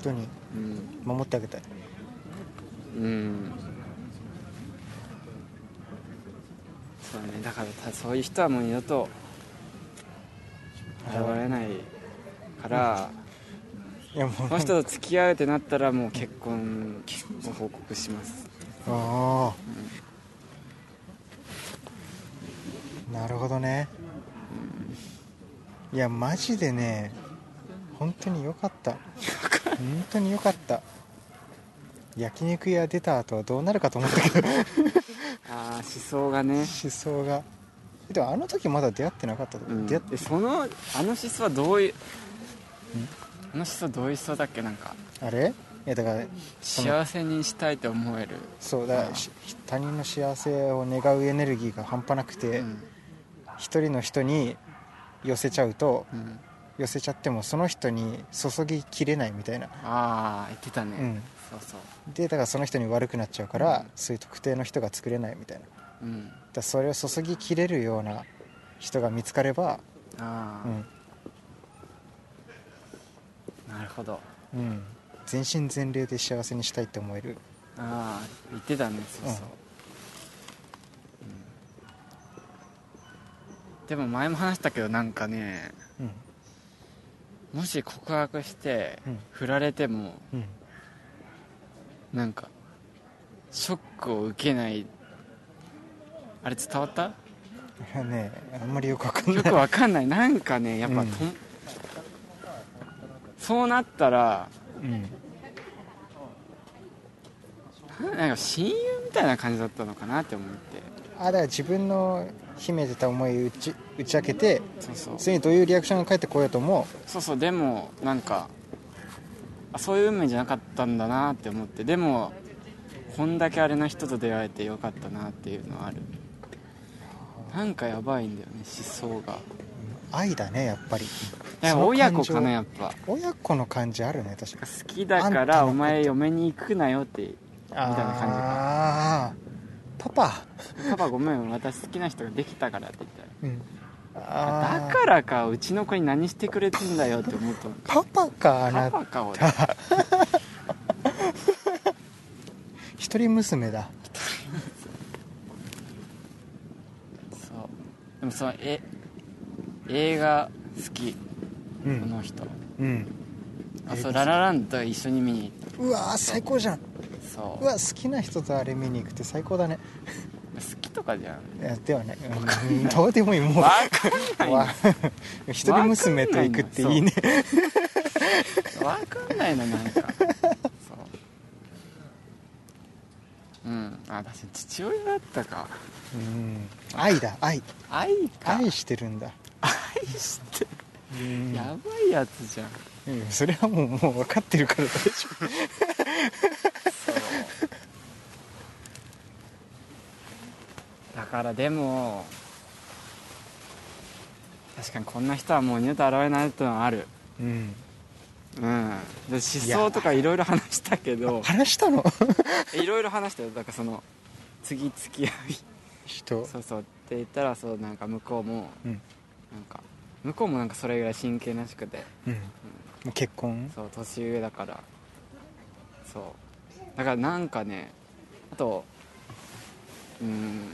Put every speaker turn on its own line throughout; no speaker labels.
人に
うん
守ってあげたい
うんそうだねだからたそういう人はもう二度と現れないから
いやもう
この人と付き合うってなったらもう結婚を報告します
ああなるほどねいやマジでね本当に良かった本当に良かった焼肉屋出た後はどうなるかと思った けど
ああ思想がね
思想がでもあの時まだ出会ってなかったと、
うん
出
で
会っ
そのあの思想はどういうあの思想どういう思想だっけなんか
あれいやだからその
幸せにしたいと思える
そうだか
あ
ら
ー
し他人の幸せを願うエネルギーが半端なくて、
うん
一人の人に寄せちゃうと
うん
寄せちゃってもその人に注ぎきれないみたいな
ああ言ってたね、
うん
そうそう
でだからその人に悪くなっちゃうから、
うん
そういう特定の人が作れないみたいなだか
うん
らそれを注ぎきれるような人が見つかれば
あ
う
あ、
ん、
なるほど
うん、全身全霊で幸せにしたいって思える
ああ言ってたねそうそう、うんでも前も話したけどなんかね
うん
もし告白して
うん
振られても
うん
なんかショックを受けないあれ伝わった
いやねあんまりよくわかん
よ
ない
くわかんないなんかねやっぱとん、
う
そうなったら
うん
なんか親友みたいな感じだったのかなって思って
あだから自分の秘めてた思い打ち打ち明けて
そうそう
それにどういうリアクションが返ってこようとも
そうそうでもなんかあそういう運命じゃなかったんだなって思ってでもこんだけあれな人と出会えてよかったなっていうのはあるなんかやばいんだよね思想が
愛だねやっぱり
や
その
親
感情
子かなやっぱ
親子の感じあるね確かに
好きだ
あ
か
んたの
ら
こと
お前嫁に行くなよってみたいな感じか
ああパパ、
パパごめん私好きな人ができたからって言ったら
うん、
あ
あー
だからかうちの子に何してくれてんだよって思ったの
パパかあ
パ
な
パ か俺
一人娘だ
そうでもそのえ映画好き
う
こ
ん
の人
うん
あ
映画
そうララランドと一緒に見に
うわー最高じゃん
そう
わ好きな人とあれ見に行くって最高だね
好きとかじゃん
いやではね、うん、どうでもいいもう
わかんない
わ一人娘と行くっていいね
わかんないのなんかそううんあ確かに父親だったか
うん愛だ愛
愛か
愛してるんだ
愛して
うん
やばいやつじゃん
うんそれはもうもう分かってるから大丈夫
そうだからでも確かにこんな人はもう二度と現れないってのはある
うん
うん、で思想とかいろいろ話したけど
話したの
いろいろ話したよだからその次付き合い
人
そうそうって言ったらそうなんか向こうも
うん
なんか向こうもなんかそれぐらい真剣らしくて
うんもう結婚
そう年上だからそうだからなんかねあとうん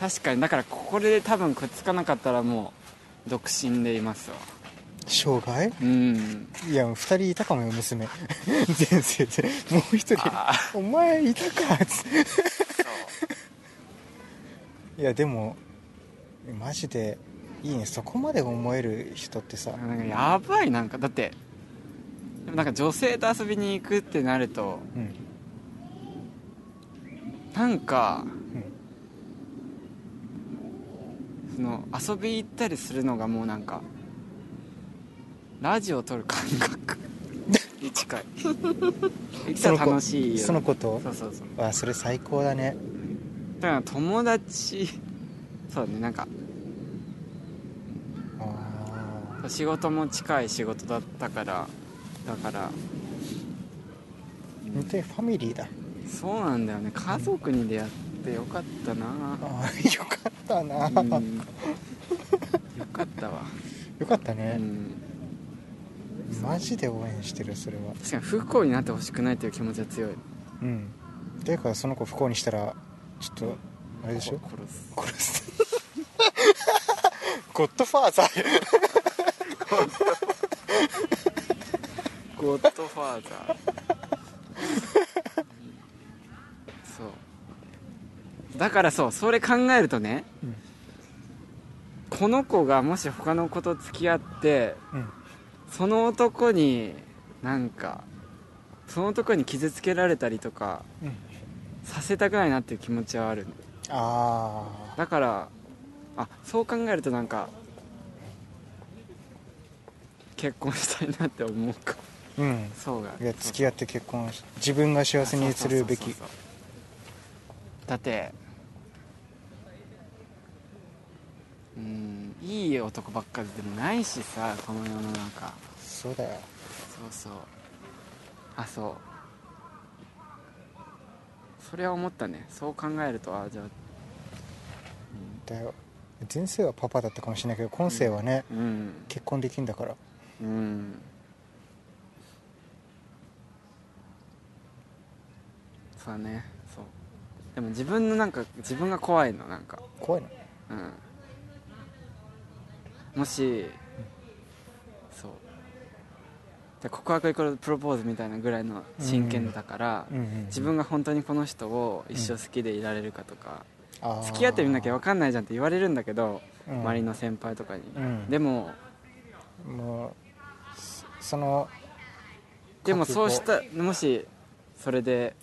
確かにだからここで多分くっつかなかったらもう独身でいますわ
生涯
うん
いや2人いたかもよ娘前世でもう一人
ああ
お前いたかつって
そう
いやでもマジでいいねそこまで思える人ってさ
なんかやばいなんかだってでもなんか女性と遊びに行くってなると
うん
なんか
うん
その遊び行ったりするのがもうなんかラジオ撮る感 覚に近い生きたら楽しいよ
その子と
そうそうそう
わそれ最高だね
だから友達そうだねなんか
ああ
仕事も近い仕事だったからだから
本当にファミリーだ
そうなんだよね家族に出会ってよかったな
ああよかったな、
うんよかったわ、
よかった
う
ね、
ん、そ
マジで応援してるそれは
確かに不幸になってほしくないという気持ちは強い
うんてかその子不幸にしたらちょっとあれでしょ
こ殺
殺
す
す ゴッドファーザー
ゴッドファーザ ーそうだからそうそれ考えるとね、
うん
この子がもし他の子と付き合って
うん
その男になんかその男に傷つけられたりとか
うん
させたくないなっていう気持ちはある
あ
だからあそう考えるとなんか結婚したいなって思うか
ーうん
そうが
いや付き合って結婚し自分が幸せにするべ
そう
き
そうそうそうだってうんいい男ばっかりでもないしさこの世の中
そうだよ
そうそうあそうそれは思ったねそう考えるとあじゃあ
だよ前世はパパだったかもしれないけど今世はね、
うん
結婚できんだから
うんそうだねそうでも自分のなんか自分が怖いのなんか
怖いな
うんもしそうで告白イコールプロポーズみたいなぐらいの真剣だから、
うんうん
自分が本当にこの人を一生好きでいられるかとか、
あー
付き合ってみなきゃ分かんないじゃんって言われるんだけど、
うん
周りの先輩とかに、
うん
でも
もうそその
でも
覚悟
そうしたもしそれで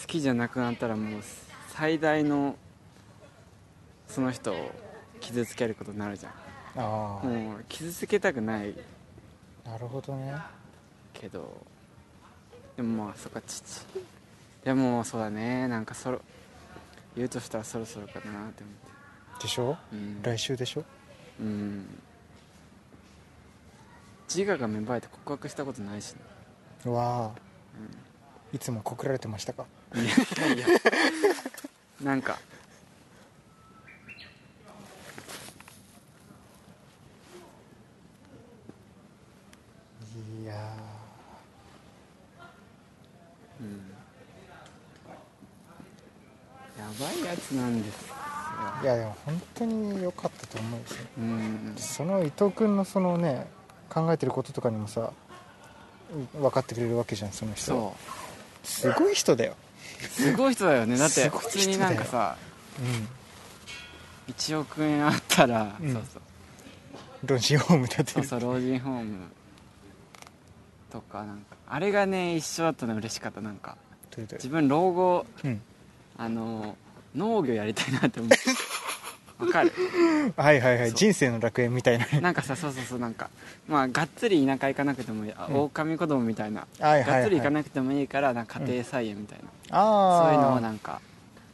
好きじゃなくなったらもう最大のその人を傷つけることになるじゃん
ああ、
もう傷つけたくない
なるほどね
けどでもまあそっか父でもそうだねなんかそろ言うとしたらそろそろかなって思っ
でしょ
てうん
来週でしょ
うん自我が芽生えて告白したことないしね
うわあ、いつも告られてましたか
いやいやなんか
いや
やばいやつなんですよ
ーいやでも本当に良かったと思うんですよ
うん
その伊藤君のそのね考えてることとかにもさう分かってくれるわけじゃんその人
そ
すごい人だよ
うすごい人だよねだって
すごい
普
人だよ
通になんかさ
うん
1億円あったら、
うん
そうそう
ロジホーム建て
そう
る
そう老人ホームとかなんかあれがね一緒だったの嬉しかったなんか
というと
自分老後
うん
あの農業やりたいなって思 うわかる
はいはいはい
そう
人生の楽園みたいなね
なんかさそうそうそうなんかまあがっつり田舎行かなくてもいいあ
うん
狼子供みたいな、
はいはいはい
がっつり行かなくてもいいからなんか家庭菜園みたいな、
ああ
そういうのをなんか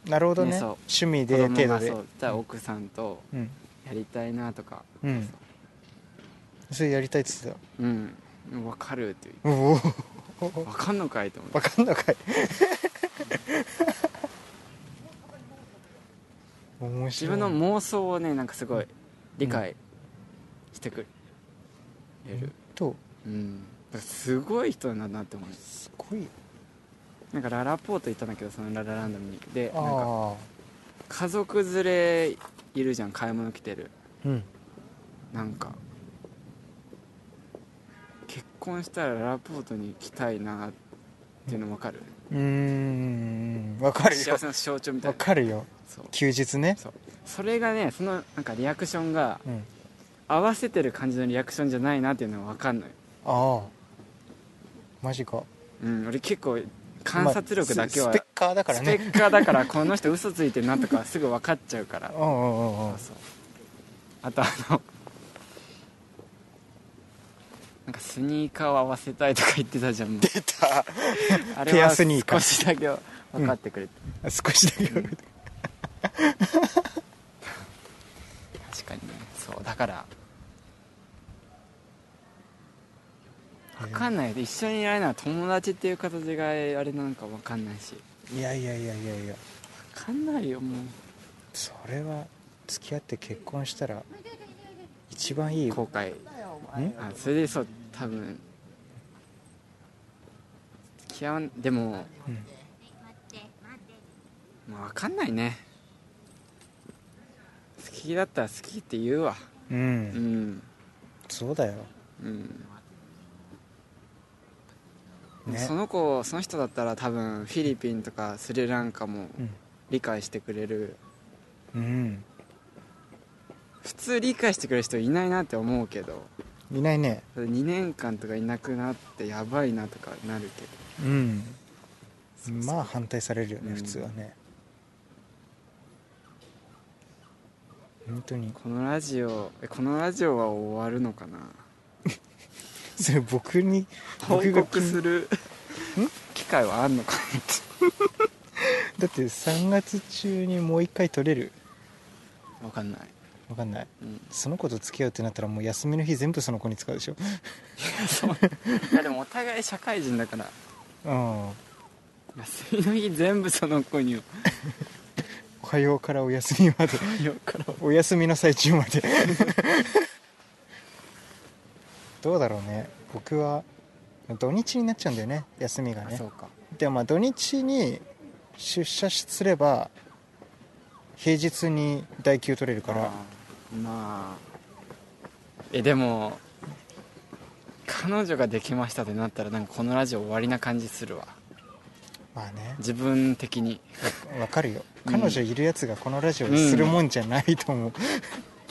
なるほどね
ねそう
趣味
子
で程
供
度
が
で
そうじゃあ奥さんと
うん
やりたいなとか
うんそれやりたいっつってた
うん分かるって
おお
分かんのかいと思って
分かんのかい面
自
白い
分の妄想をねなんかすごい理解してくれる
と
うんだからすごい人なんだなって思う
すごい
なんかララポート行ったんだけどそのララランダムにでなんか
ああ
家族連れいるじゃん買い物来てる
うん
なんか結婚したらララポートに行きたいなっていうの分かる
うーん分かるよ
幸せの象徴みたい
分
な
かるよ
そう
休日ね
そうそれがねそのなんかリアクションが
うん
合わせてる感じのリアクションじゃないなっていうのは分かんない、
ああマジか
うん、俺結構観察力だけは、
まあススペッカーだから
スペ
ね
ッカーだからこの人嘘ついてるなとかすぐ分かっちゃうから
うんうんうんうん
そうあとあのなんかスニーカーを合わせたいとか言ってたじゃんもう
出た
あれ
ペ
は
アスニーカー
少しだけ分かってくれて、
少しだけ分かる
確かにねそうだから分かんないで一緒にいられるのは友達っていう形があれなのか分かんないし
いやいやいやいやいや
分かんないよも
それは付き合って結婚したら一番いいう
後悔
ん
あそれでそう多分き合わんでも
うん
まあ分かんないね好きだったら好きって言うわ
う
うんん
そうだよ
うん、
ね
その子その人だったら多分フィリピンとかスリランカも
うん
理解してくれる
うん
普通理解してくれる人いないなって思うけど
いないね
2年間とかいなくなってやばいなとかなるけど
うん
そうそう
まあ反対されるよね、
うん
普通はね本当に
このラジオえこのラジオは終わるのかな
それ僕に
報
僕が
告する機会はあんのかな
だって3月中にもう1回取れる
分かんない、
わかんない
うん、
その子と付き合うってなったらもう休みの日全部その子に使うでしょ
いやでもお互い社会人だから
うん
休みの日全部その子に
おはようからお休みまで
よから
お休みの最中まで どうだろうね僕は土日になっちゃうんだよね休みが
あ
ね
そうか
でもまあ土日に出社すれば平日に代休取れるから
あーまあえでも彼女ができましたってなったらなんかこのラジオ終わりな感じするわ
まあね
自分的に
わかるよ
うん
彼女いるやつがこのラジオでするもんじゃないと思う、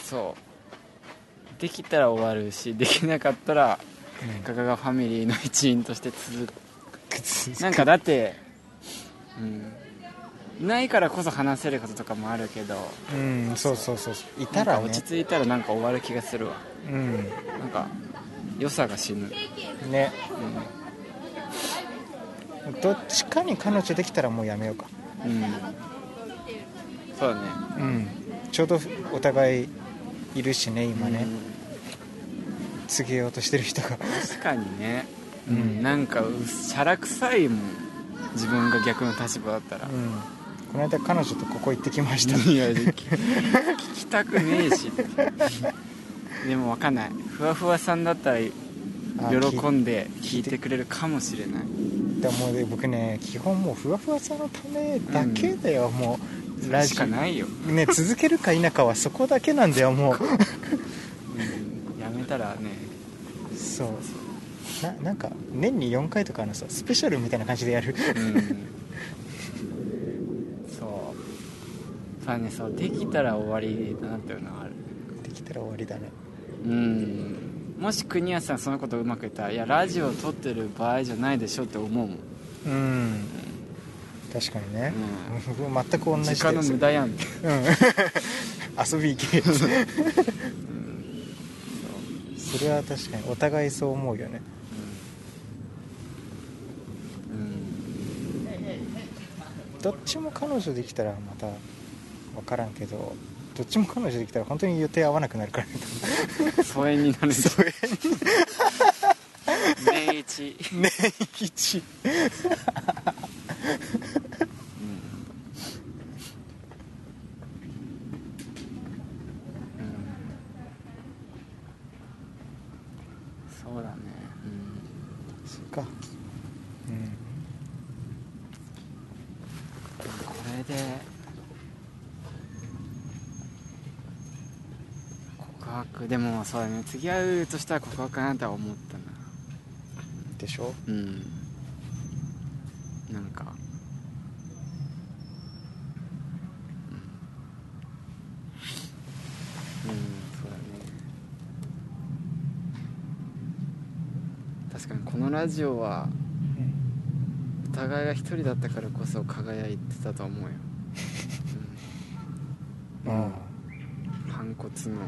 そうできたら終わるしできなかったらガガガファミリーの一員として続くなんかだってうんいないからこそ話せることとかもあるけど
うんそうそうそうそうい
な
た
ん
ら
か
ね
落ち着いたらなんか終わる気がするわ
う
なんか良さが死ぬ
んねどっちかに彼女できたらもうやめようか
うん、うん、そうだね
うんちょうどお互いいるしね今ね、
う
告げようとしてる人が
ん確かにね、
う
うんん、なんかうしゃらくさいもん自分が逆の立場だったら、
うんこの間彼女とここ行ってきました
いや聞き聞きたくねえしでも分かんないふわふわさんだったら
あ
喜んで聞いてくれるかもしれない
でもう僕ね基本もうふわふわさんのためだけだよ、もうラ
し
ジ
かないよ、
オね続けるか否かはそこだけなんだよ もう
うん、やめたらね
そうななんか年に4回とかあのさスペシャルみたいな感じでやる
うんそうさあねそうできたら終わりだなっていうのはある
できたら終わりだね
うんもし国安さんそのことうまくいったらいやラジオ撮ってる場合じゃないでしょって思うもん、
うん確かにね、 僕も全く
う
同
ん、
じで
時
す
間の無駄やんって
遊び行けそれは確かにお互いそう思うよね
うん
どっちも彼女できたらまた分からんけどどっちも彼女できたら本当に予定合わなくなるからね
疎遠になる 疎遠年一
年一
そうだね
そっかうん
うんこれで告白でもそうだね次会うとしたら告白かなとは思ったな
でしょ
うんなんかうん、うん、そうだね確かにこのラジオは
うん
お互いが一人だったからこそ輝いてたと思うよ、う
うん
ん、反骨の、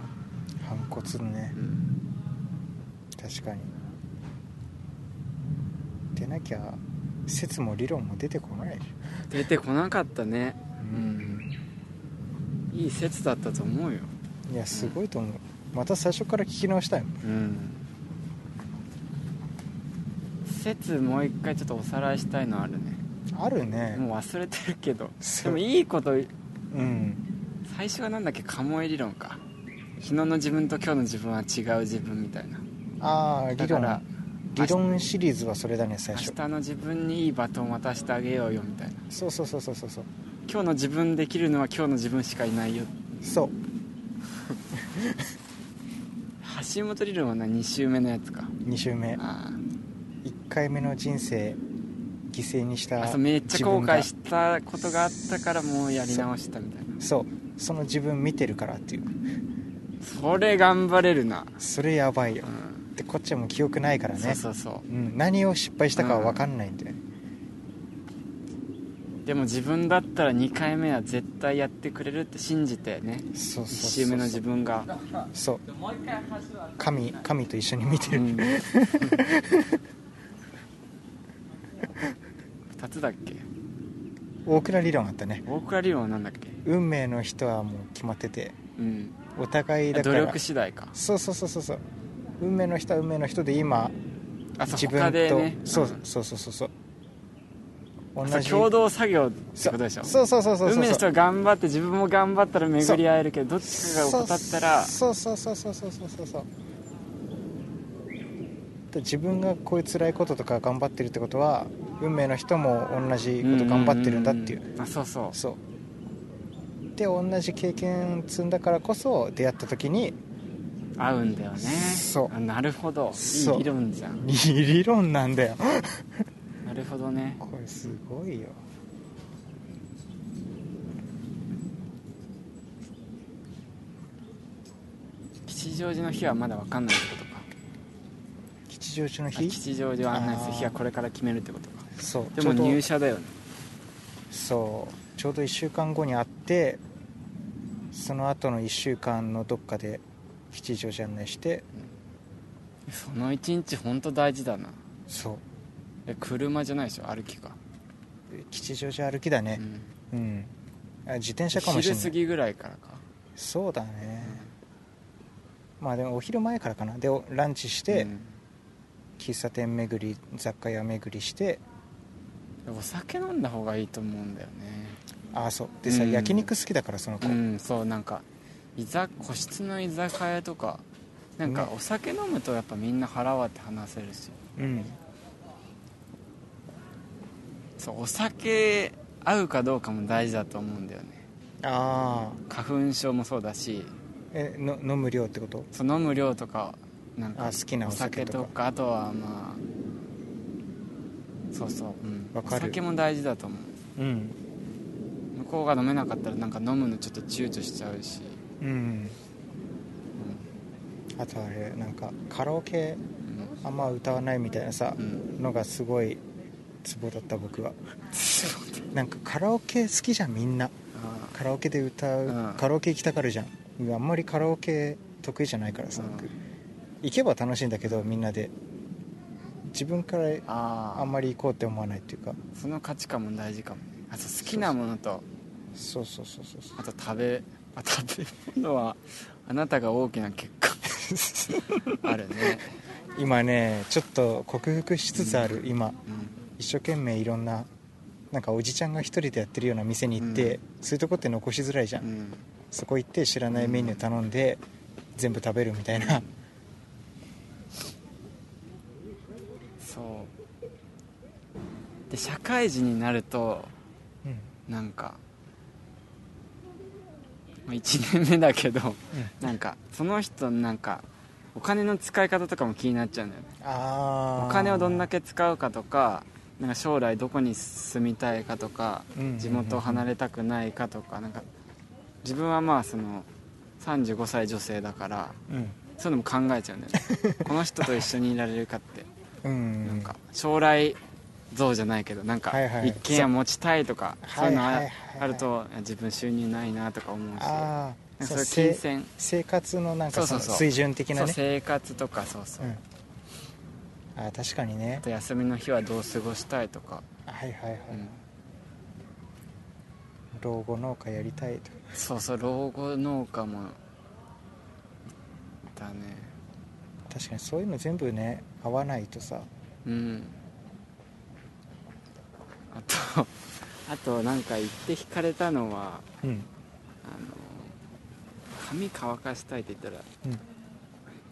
反骨ね
うん、
確かにでなきゃ説も理論も出てこない
出てこなかったね
うん
いい説だったと思うよ
いやすごいと思うまた最初から聞き直したいもん
うん説もう一回ちょっとおさらいしたいのあるね
あるね
もう忘れてるけど
そ
で
う
もいいこと
うん
最初はなんだっけカモエ理論か昨日の自分と今日の自分は違う自分みたいな
ああ理
だか
論
ら
理論シリーズはそれだね最
明
初
日の自分にいいバトン渡してあげようよみたいな
そうそうそうそうそうそう
今日の自分できるのは今日の自分しかいないよ
そう
橋本理論はな2周目のやつか
2週目
あ
1回目の人生犠牲にし
ー
た
あそうめっちゃ
自
後
分が
悔したことがあったからもうやり直したみたいな
そうその自分見てるからっていう
それ頑張れるな、
それやばいよ
うん
でこっちはもう記憶ないからね
そうそうそ
うん、何を失敗したかは分かんないんだよね、
うでも自分だったら2回目は絶対やってくれるって信じてね
そうそう
1
そう
周目の自分が、
そう神神と一緒に見て
う
る、
ん、2つだっけ
大倉理論あったね
大倉理論は何だっけ
運命の人はもう決まってて
うん
お互いだか
努
ら
力次第か
そうそうそうそうそう運命の人は運命の人で今
あそう
自分
他
と、
でね
そうんそうそうそうそう同
そう共同作業ってことでしょ
そうそうそうそうそう
運命の人は頑張って自分も頑張ったら巡り合えるけどどっちかが怠ったら
そうそうそうそうそうそうそうそうで自分がこういう辛いこととか頑張ってるってことは運命の人も同じこと頑張ってるんだっていう,、
んんんあそうそう
そうで同じ経験積んだからこそ出会った時に
合うんだよね
そう
あなるほどい
そ
いう理論じゃん
理論なんだよ
なるほどね
これすごいよ
吉祥寺の日はまだ分かんないってことか
吉祥寺の
あ
日
吉祥寺は案内する
あー
日はこれから決めるってことか
そう
で
ちょ
も
うど
入社だよね
そうちょうど1週間後に会ってその後の1週間のどっかで吉祥寺案内して
その一日本当大事だな
そう
え車じゃないでしょ歩きか、
吉祥寺歩きだ
う
ね
ん、
うん、あ自転車かもしれ
昼
な
過
い
ぎぐらいからか
そうだねまあでもお昼前からかなでおランチして、
うん
喫茶店巡り雑貨屋巡りして
お酒飲んだ方がいいと思うんだよね
ああそうでさ、
うん
焼肉好きだからその子、
うんそうなんか居酒個室の居酒屋とかなんか
ね
お酒飲むとやっぱみんな腹割って話せるし
うん
そうお酒合うかどうかも大事だと思うんだよね
ああ
花粉症もそうだし
えの飲む量ってこと
そう飲む量とかなんか
あ好きなお酒とか
おとかあとはまあそうそう、うん、
わかる
お酒も大事だと思
うん
う向こうが飲めなかったらなんか飲むのちょっと躊躇しちゃうし、
うん
う
あとあれなんかカラオケ
ん
あんま歌わないみたいなさ、
うんうん、
のがすごいツボだった僕はなんかカラオケ好きじゃんみんな
あ
カラオケで歌う、
うん
カラオケ行きたがるじゃん僕あんまりカラオケ得意じゃないからさ、
うん
僕行けば楽しいんだけどみんなで自分から
あー
あんまり行こうって思わないっていうか
その価値観も大事かもねあと好きなものと
そうそうそうそうそう
あと食べあ食べ物はあなたが大きな結 果あるね、
今ねちょっと克服しつつある、今
うん、
一生懸命いろんななんかおじちゃんが一人でやってるような店に行って、そういうとこって残しづらいじゃん、
うん
そこ行って知らないメニュー頼んで全部食べるみたいな
そうで社会人になると
うん
なんか1年目だけどなんかその人のなんかお金の使い方とかも気になっちゃうんだよね
ああ
お金をどんだけ使うかとかなんか将来どこに住みたいかとか
うんうんうん
地元を離れたくないかとかなんか自分はまあその35歳女性だから
うん
そういうのも考えちゃうんだよ ねこの人と一緒にいられるかって
うん
なんか将来像じゃないけどなんか
はいはい
一軒家持ちたいとか
そ
そうういうの
はい
あ
はいはいはい
あると自分収入ないなとか思うしなんか
ああ
そういう金
せ
銭
生活のなんかそ
そう
の
そうそう
水準的
そ
な
う
ね
生活とかそうそううん
あー確かにね
あと休みの日はどう過ごしたいとか
はいはいはい、
うん
老後農家やりたいと
そうそう老後農家もだね
確かにそういうの全部ね合わないとさ
うんあと あとなんか言って惹かれたのは
うん
あの髪乾かしたいって言ったら
うん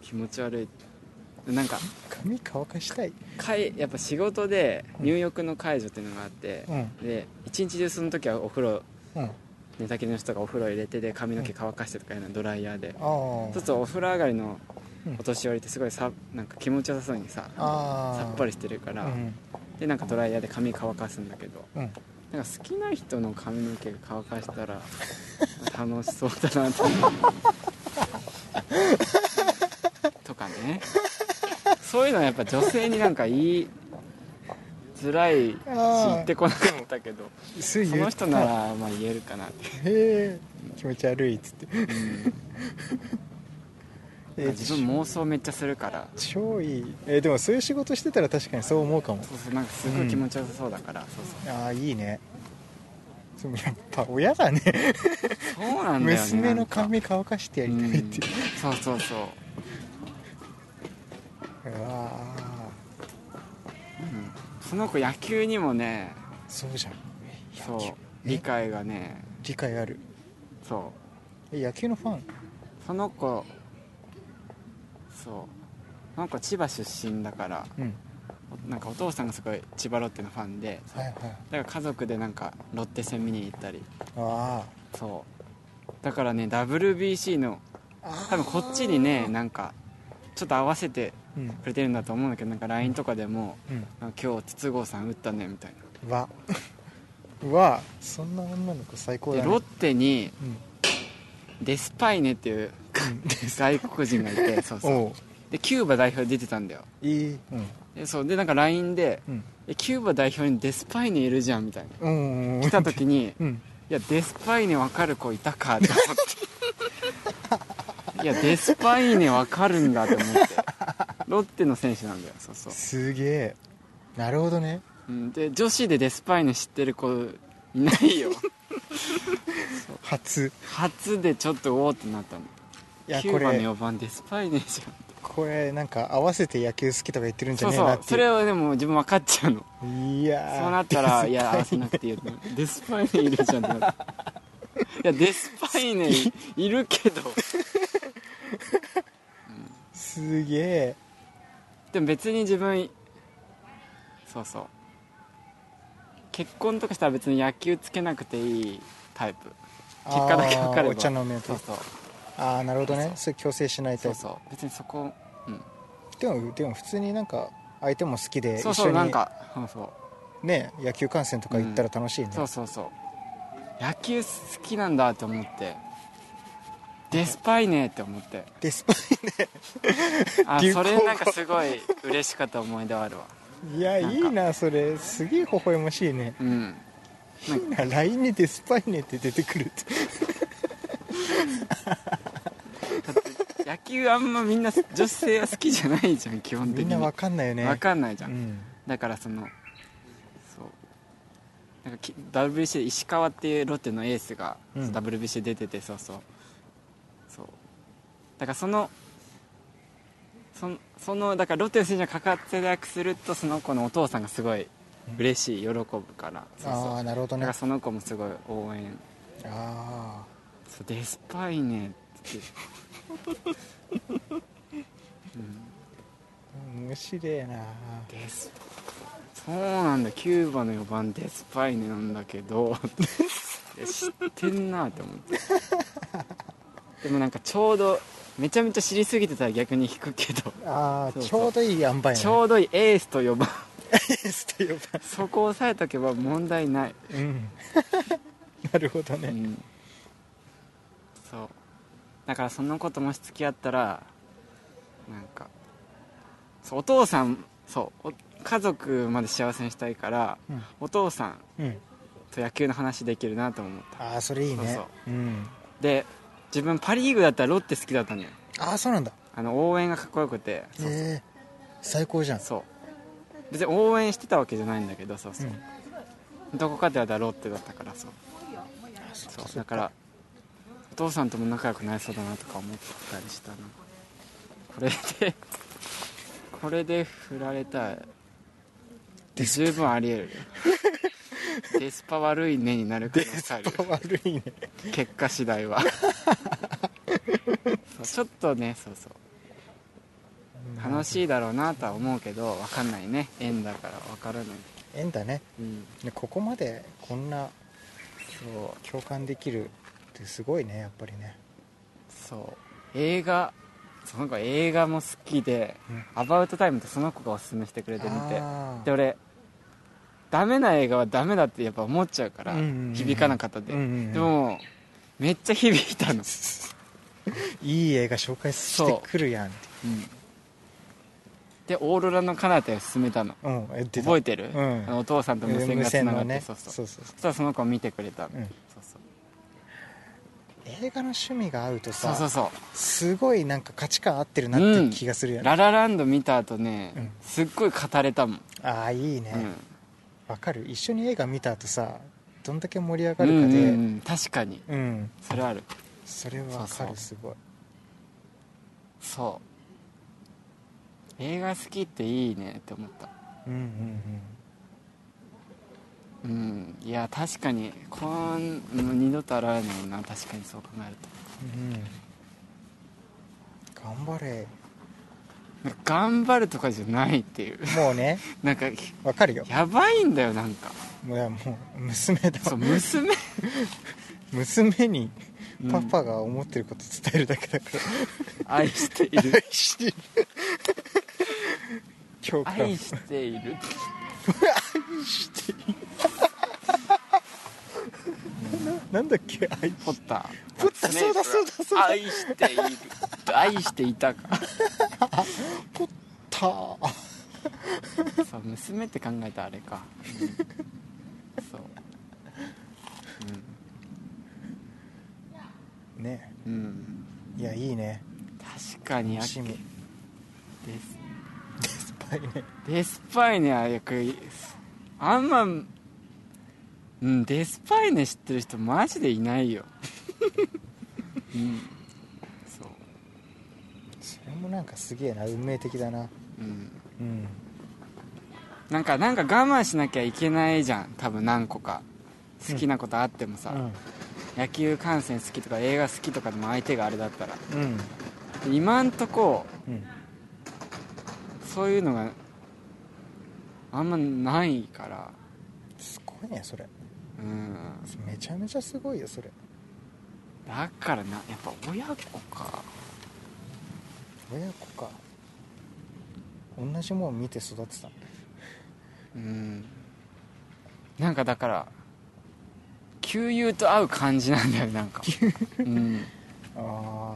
気持ち悪いなんか
髪乾かしたい
かいやっぱ仕事で入浴の介助っていうのがあって
う、ん
で一日中その時はお風呂
うんあ
寝たきりの人がお風呂入れてで髪の毛乾かしてとかいうのドライヤーで
あー
ちょっとお風呂上がりの
うん
お年寄りってすごいさなんか気持ちよさそうにさ
あ
さっぱり
し
してるか
た
ら、
うん
でなんかドライヤーで髪乾かすんだけど
うん
なんか好きな人の髪の毛乾かしたら楽しそうだなと思うとかねそういうのはやっぱ女性になんか言いづらいし
あー
言ってこなかったけど
す
そ
ぐ言
の
った
人ならまあ言えるかなって
へえ 気持ち悪いっつってえ
なんか自分妄想めっちゃするから
超いいえーでもそういう仕事してたら確かにそう思うかも
そうそうなんかすごい気持ちよさそうだから、そう
ああいいねでもやっぱ親だね
そうそうなんだよね
娘
な
の
んか
髪乾かしてやりたいっていう
うんそうそうそう、
うわ
うん、その子野球にもね
ーそうじゃん
そう
え
理解がね
理解ある
そ
え野球のファン
うその子そうその子千葉出身だから
うん
おなんかお父さんがすごい千葉ロッテのファンで
はいはい
だから家族でなんかロッテ戦見に行ったり
あ
そうだからね WBC の
あ
多分こっちにねなんかちょっと合わせて
うん
くれてるんだと思うんだけどなんか LINE とかでも
うん
「なんか今日筒香さん打ったね」みたいな
わ わそんな女の子最高
で
だね
ロッテに
うん
デスパイネっていう 外国人がいてそうそう
おう
でキューバ代表出てたんだよ
いいうん
でそうでなんか LINE で
うん
「えキューバ代表にデスパイネいるじゃん」みたい
う
な
ん
来た時に
うん
「いやデスパイネ分かる子いたか」って思っていやデスパイネ分かるんだって思ってロッテの選手なんだよそうそう、
すげえなるほどね
うん、で女子でデスパイネ知ってる子いない よ
初
初でちょっとおおってなったの
いや
キュ
こ
ーバの
れ
4番デスパイネじゃん
これなんか合わせて野球好きとか言ってるんじ
そ
ゃ
う
ねえな
そ
っ
う
て
そ
い
れはでも自分分かっちゃうの
ういやー
そうなっ たらいや合わせなくていいよデスパイネいるじゃんってなっていやデスパイネいいるけど
すげえ
でも別に自分そうそう結婚とかしたら別に野球つけなくていいタイプ結果だけ分かれば
あーお茶飲め
そ
と
うそう
ああなるほど
そ
ね
う
それ強制しない
そ
と
うそう別にそこ、うん、
でもでも普通になんか相手も好きで
そう
一
そ
緒
うなん
に
かそうそう
ね野球観戦とか行ったら楽しいね
そうそうそう野球好きなんだって思ってデスパイネって思って
でスパ
あ
流行語
それなんかすごい嬉しかった思い出はあるわ
イいや
なんか
いいなそれすげえ微笑ましいね
うん
いいな LINE にデスパイネって出てくるって
だって野球あんまみんな女性は好きじゃないじゃん基本
み
的
ん
に
なわかんないよね
わかんないじゃん、
うん
だからそのそうなんかき WBC で石川っていうロッテのエースが、
うん
WBC 出ててそうそうそうだからそのそのそのだからロッテの選手がかかって活躍するとその子のお父さんがすごい嬉しい喜ぶからそうそ
あ
う
あ
だ
なるほど
か
ね
らその子もすごい応援
あ
そうデスパイネって
あ面白いな
デスそうなんだキューバの4番デスパイネなんだけどいや知ってんなって思ってでもなんかちょうどめちゃめちゃ知りすぎてたら逆に引くけど、
ああ
そうそう
ちょうどいい塩梅ね
ちょうどいいエースと4番
エースと呼ば
そこを押さえとけば問題ない、
うんなるほど
う
ね
ん、そうだからそのこともし付き合ったらなんかそうお父さんそうお家族まで幸せにしたいから
うん、
お父さん
うん、
と野球の話できるなと思った
ああそれいいね
そう
うん
で自分パ・リーグだったらロッテ好きだったんだよ
ああそうなんだ
あの応援がかっこよくて
へ
そうそう
え最高じゃん
そう別に応援してたわけじゃないんだけどそうそう、どこかではだロッテだったからそうそうだからお父さんとも仲良くなりそうだなとか思ったりしたなこれでこれで振られたら十分ありえるよデスパ悪いねになる可能性あるよ
悪いね
結果 次第はそうちょっとねそうそう 楽しいだろうなとは思うけど分かんないね縁だから分からない、
縁だね
うん、
でここまでこんな
そう
共感できるってすごいねやっぱりね
そう映画その子映画も好きで
うん
「アバウトタイム」ってその子がおすすめしてくれて見て
あー
で俺ダメな映画はダメだってやっぱ思っちゃうから
うんうんうん
響かなかったで
うんうんうん
でもめっちゃ響い たの、
いい映画紹介してくるやんって
うんでオーロラの彼方へ進めたの
うんえ出た
覚えてる、
うん
あのお父さんと無線がつながって、
ね
そうそ
そ
うそう
そう
したらその子見てくれたの、
うん
そうそう
映画の趣味が合うと
そう
さ
そうそう
すごいなんか価値観合ってるなっていう気がするやん、
ララランド見た後ね、
うん
すっごい語れたもん、
ああいいね
うん
わ、かる一緒に映画見た後さどんだけ盛り上がるかで
うんうんうん確かに
うん、
それある
それはわ
そ
か
うそう
るすごい
そう映画好きっていいねって思った
うんうんうん
うんいや確かにこんもう二度と現れないな確かにそう考える
うん頑張れ
となんか頑張るとかじゃないっていう
もうね
なんか
わかるよ
やばいんだよなんか
もういやもう娘だ
そう娘
娘に
うん
パパが思ってること伝えるだけだから、
愛している
愛してる今日から
愛している
なんだっけ愛
ポッター
ポッターそうだそうだそうだ
愛している愛していたか
ポッター
そう娘って考えたらあれか、うんそう
ね
うん、うん、
いやいいね
確かに
楽しみ
です
デスパイね
デスパイネはよくあんまうんデスパイネ知ってる人マジでいないようんそう
それもなんかすげえな運命的だな
うん
うん
なんかなんか我慢しなきゃいけないじゃん多分何個か好きなことあってもさ、野球観戦好きとか映画好きとかでも相手があれだったら
うんうん
で今んとこ
うん
そういうのがあんまないから
すごいねそれ
うん
めちゃめちゃすごいよそれ
だからなやっぱ親子か
親子か同じもん見て育ってたんだ
うんなんかだから旧友と会う感じなんだよなんか、うん、
ああ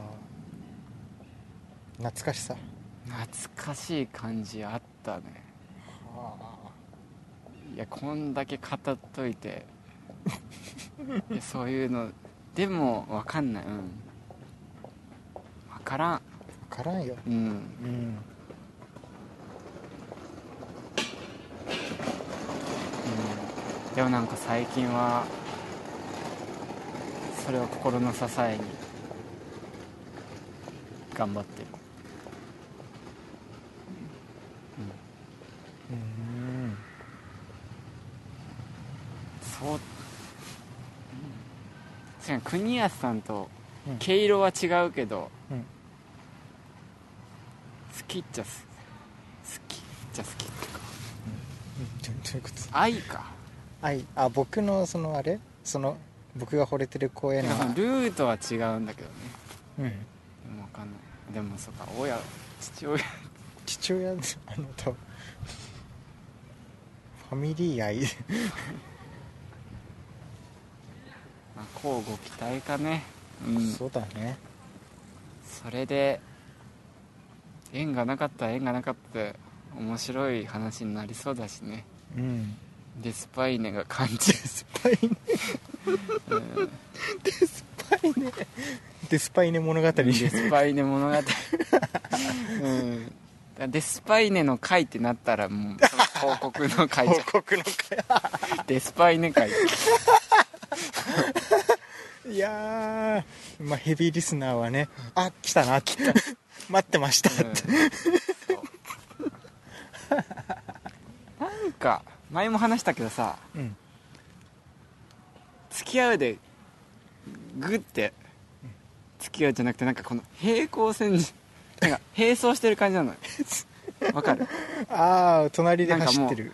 懐かしさ
懐かしい感じあったね
あ
いやこんだけ語っといて いやそういうのでも分かんないうん分からん
分からんよ
うん
うん
うんでもなんか最近はそれを心の支えに頑張ってる
うん
そう、うん、確かに国安さんと
うん
毛色は違うけど、
うん
好きっちゃす好きっちゃ好きってか
どどういうこと
愛か
愛あ僕のそのあれその僕が惚れてる子へ
で
の
もそのルートは違うんだけどね
うん
でも分かんないでもそっか親父親
父親のあの多分ファミリー愛
まあ乞うご期待かねうん
そうだね
それで縁がなかったら縁がなかったで面白い話になりそうだしね
うん
デスパイネが感じ
デ
る
スパイネデスパイネデスパイネ物語
デスパイネ 物語うんデスパイネの回ってなったらもうその広告の回じ
報告の
ゃんデスパイネ回
会いやー、まあ、ヘビーリスナーはねあ来たな来た 待ってました
うんそうなんか前も話したけどさ
うん
付き合うでグッて付き合うじゃなくてなんかこの平行線
なんか並走してる感じなのよわかる
ああ隣で
な んか
走
も
っ
う
てる